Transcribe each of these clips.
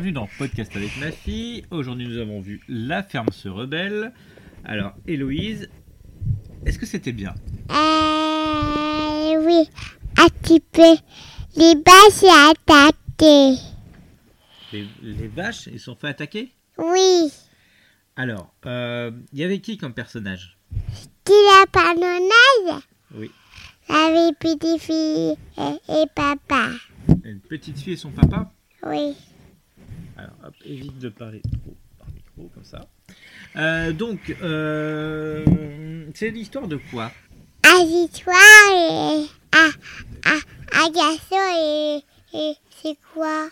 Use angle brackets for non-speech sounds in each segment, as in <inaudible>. Bienvenue dans Podcast avec ma fille. Aujourd'hui, nous avons vu La ferme se rebelle. Alors, Héloïse, est-ce que c'était bien Euh, oui, un petit peu. Les bâches à attaquer. les, les vaches, ils sont fait attaquer Oui, Alors, euh, il y avait qui comme personnage qui la panonnade Oui. Avec petite fille et, et papa. Une petite fille et son papa Oui, Alors, hop, évite de parler trop par micro, comme ça. Euh, donc, euh, c'est l'histoire de quoi à l'histoire Ah, et à, à, à garçon et, et c'est quoi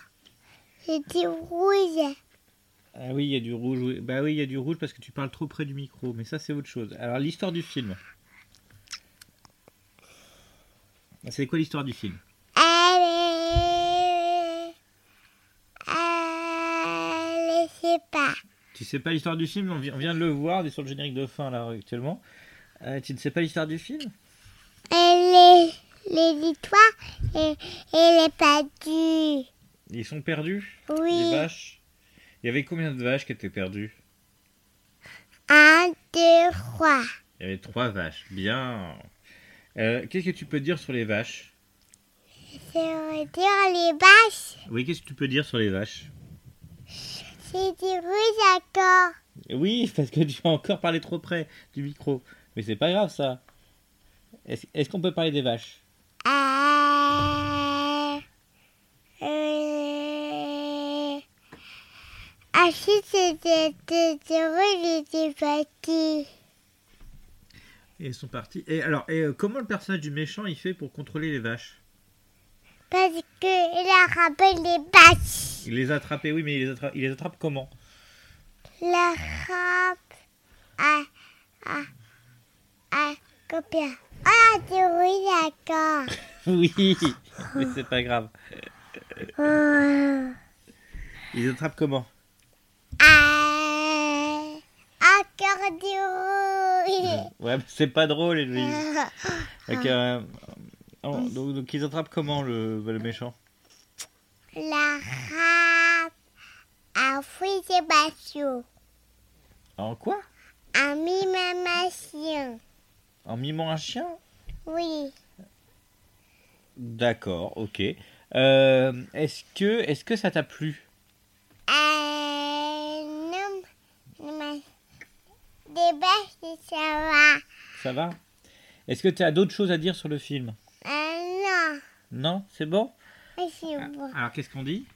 C'est du rouge. Ah oui, il y a du rouge. oui. Bah oui, il y a du rouge parce que tu parles trop près du micro, mais ça c'est autre chose. Alors l'histoire du film. Ah, C'est quoi l'histoire du film Allez, euh, allez, c'est pas. Tu sais pas l'histoire du film On vi- on vient de le voir, on est sur le générique de fin là actuellement. Euh, tu ne sais pas l'histoire du film Et les, les victoires et, et les pâtus. Ils sont perdus Les Oui. vaches Il y avait combien de vaches qui étaient perdues Un, deux, trois. Il y avait trois vaches. Bien. Euh, qu'est-ce que tu peux dire sur les vaches Je retire les vaches. Oui, qu'est-ce que tu peux dire sur les vaches C'est du rouge encore. Oui, <laughs> parce que tu as encore parlé trop près du micro. Mais c'est pas grave ça. Est-ce est-ce qu'on peut parler des vaches Ah, euh, ah si c'est du du- du rouge et du petit. Et elles sont parties. Et alors, et euh, comment le personnage du méchant il fait pour contrôler les vaches Parce qu'il a ramené les vaches. Il les attrape, et oui, mais il les attrape, il les attrape comment La râpe à, à, à combien Ah, du rouge encore. <laughs> Oui, <laughs> mais c'est pas grave. Oh. Il les attrape comment Ah, encore du rouge. Ouais, mais c'est pas drôle, Héloïse. Ah, Ok, euh, alors, donc, donc ils attrapent comment le, le méchant La râpe à fruit Sébastien, En quoi à mimamacien. En mimant un chien Oui, D'accord, ok. Euh, est-ce que, est-ce que ça t'a plu euh, non, mais des bêtes, ça va. Ça va Est-ce que tu as d'autres choses à dire sur le film Euh, non, Non C'est bon mais c'est bon. Alors qu'est-ce qu'on dit 啊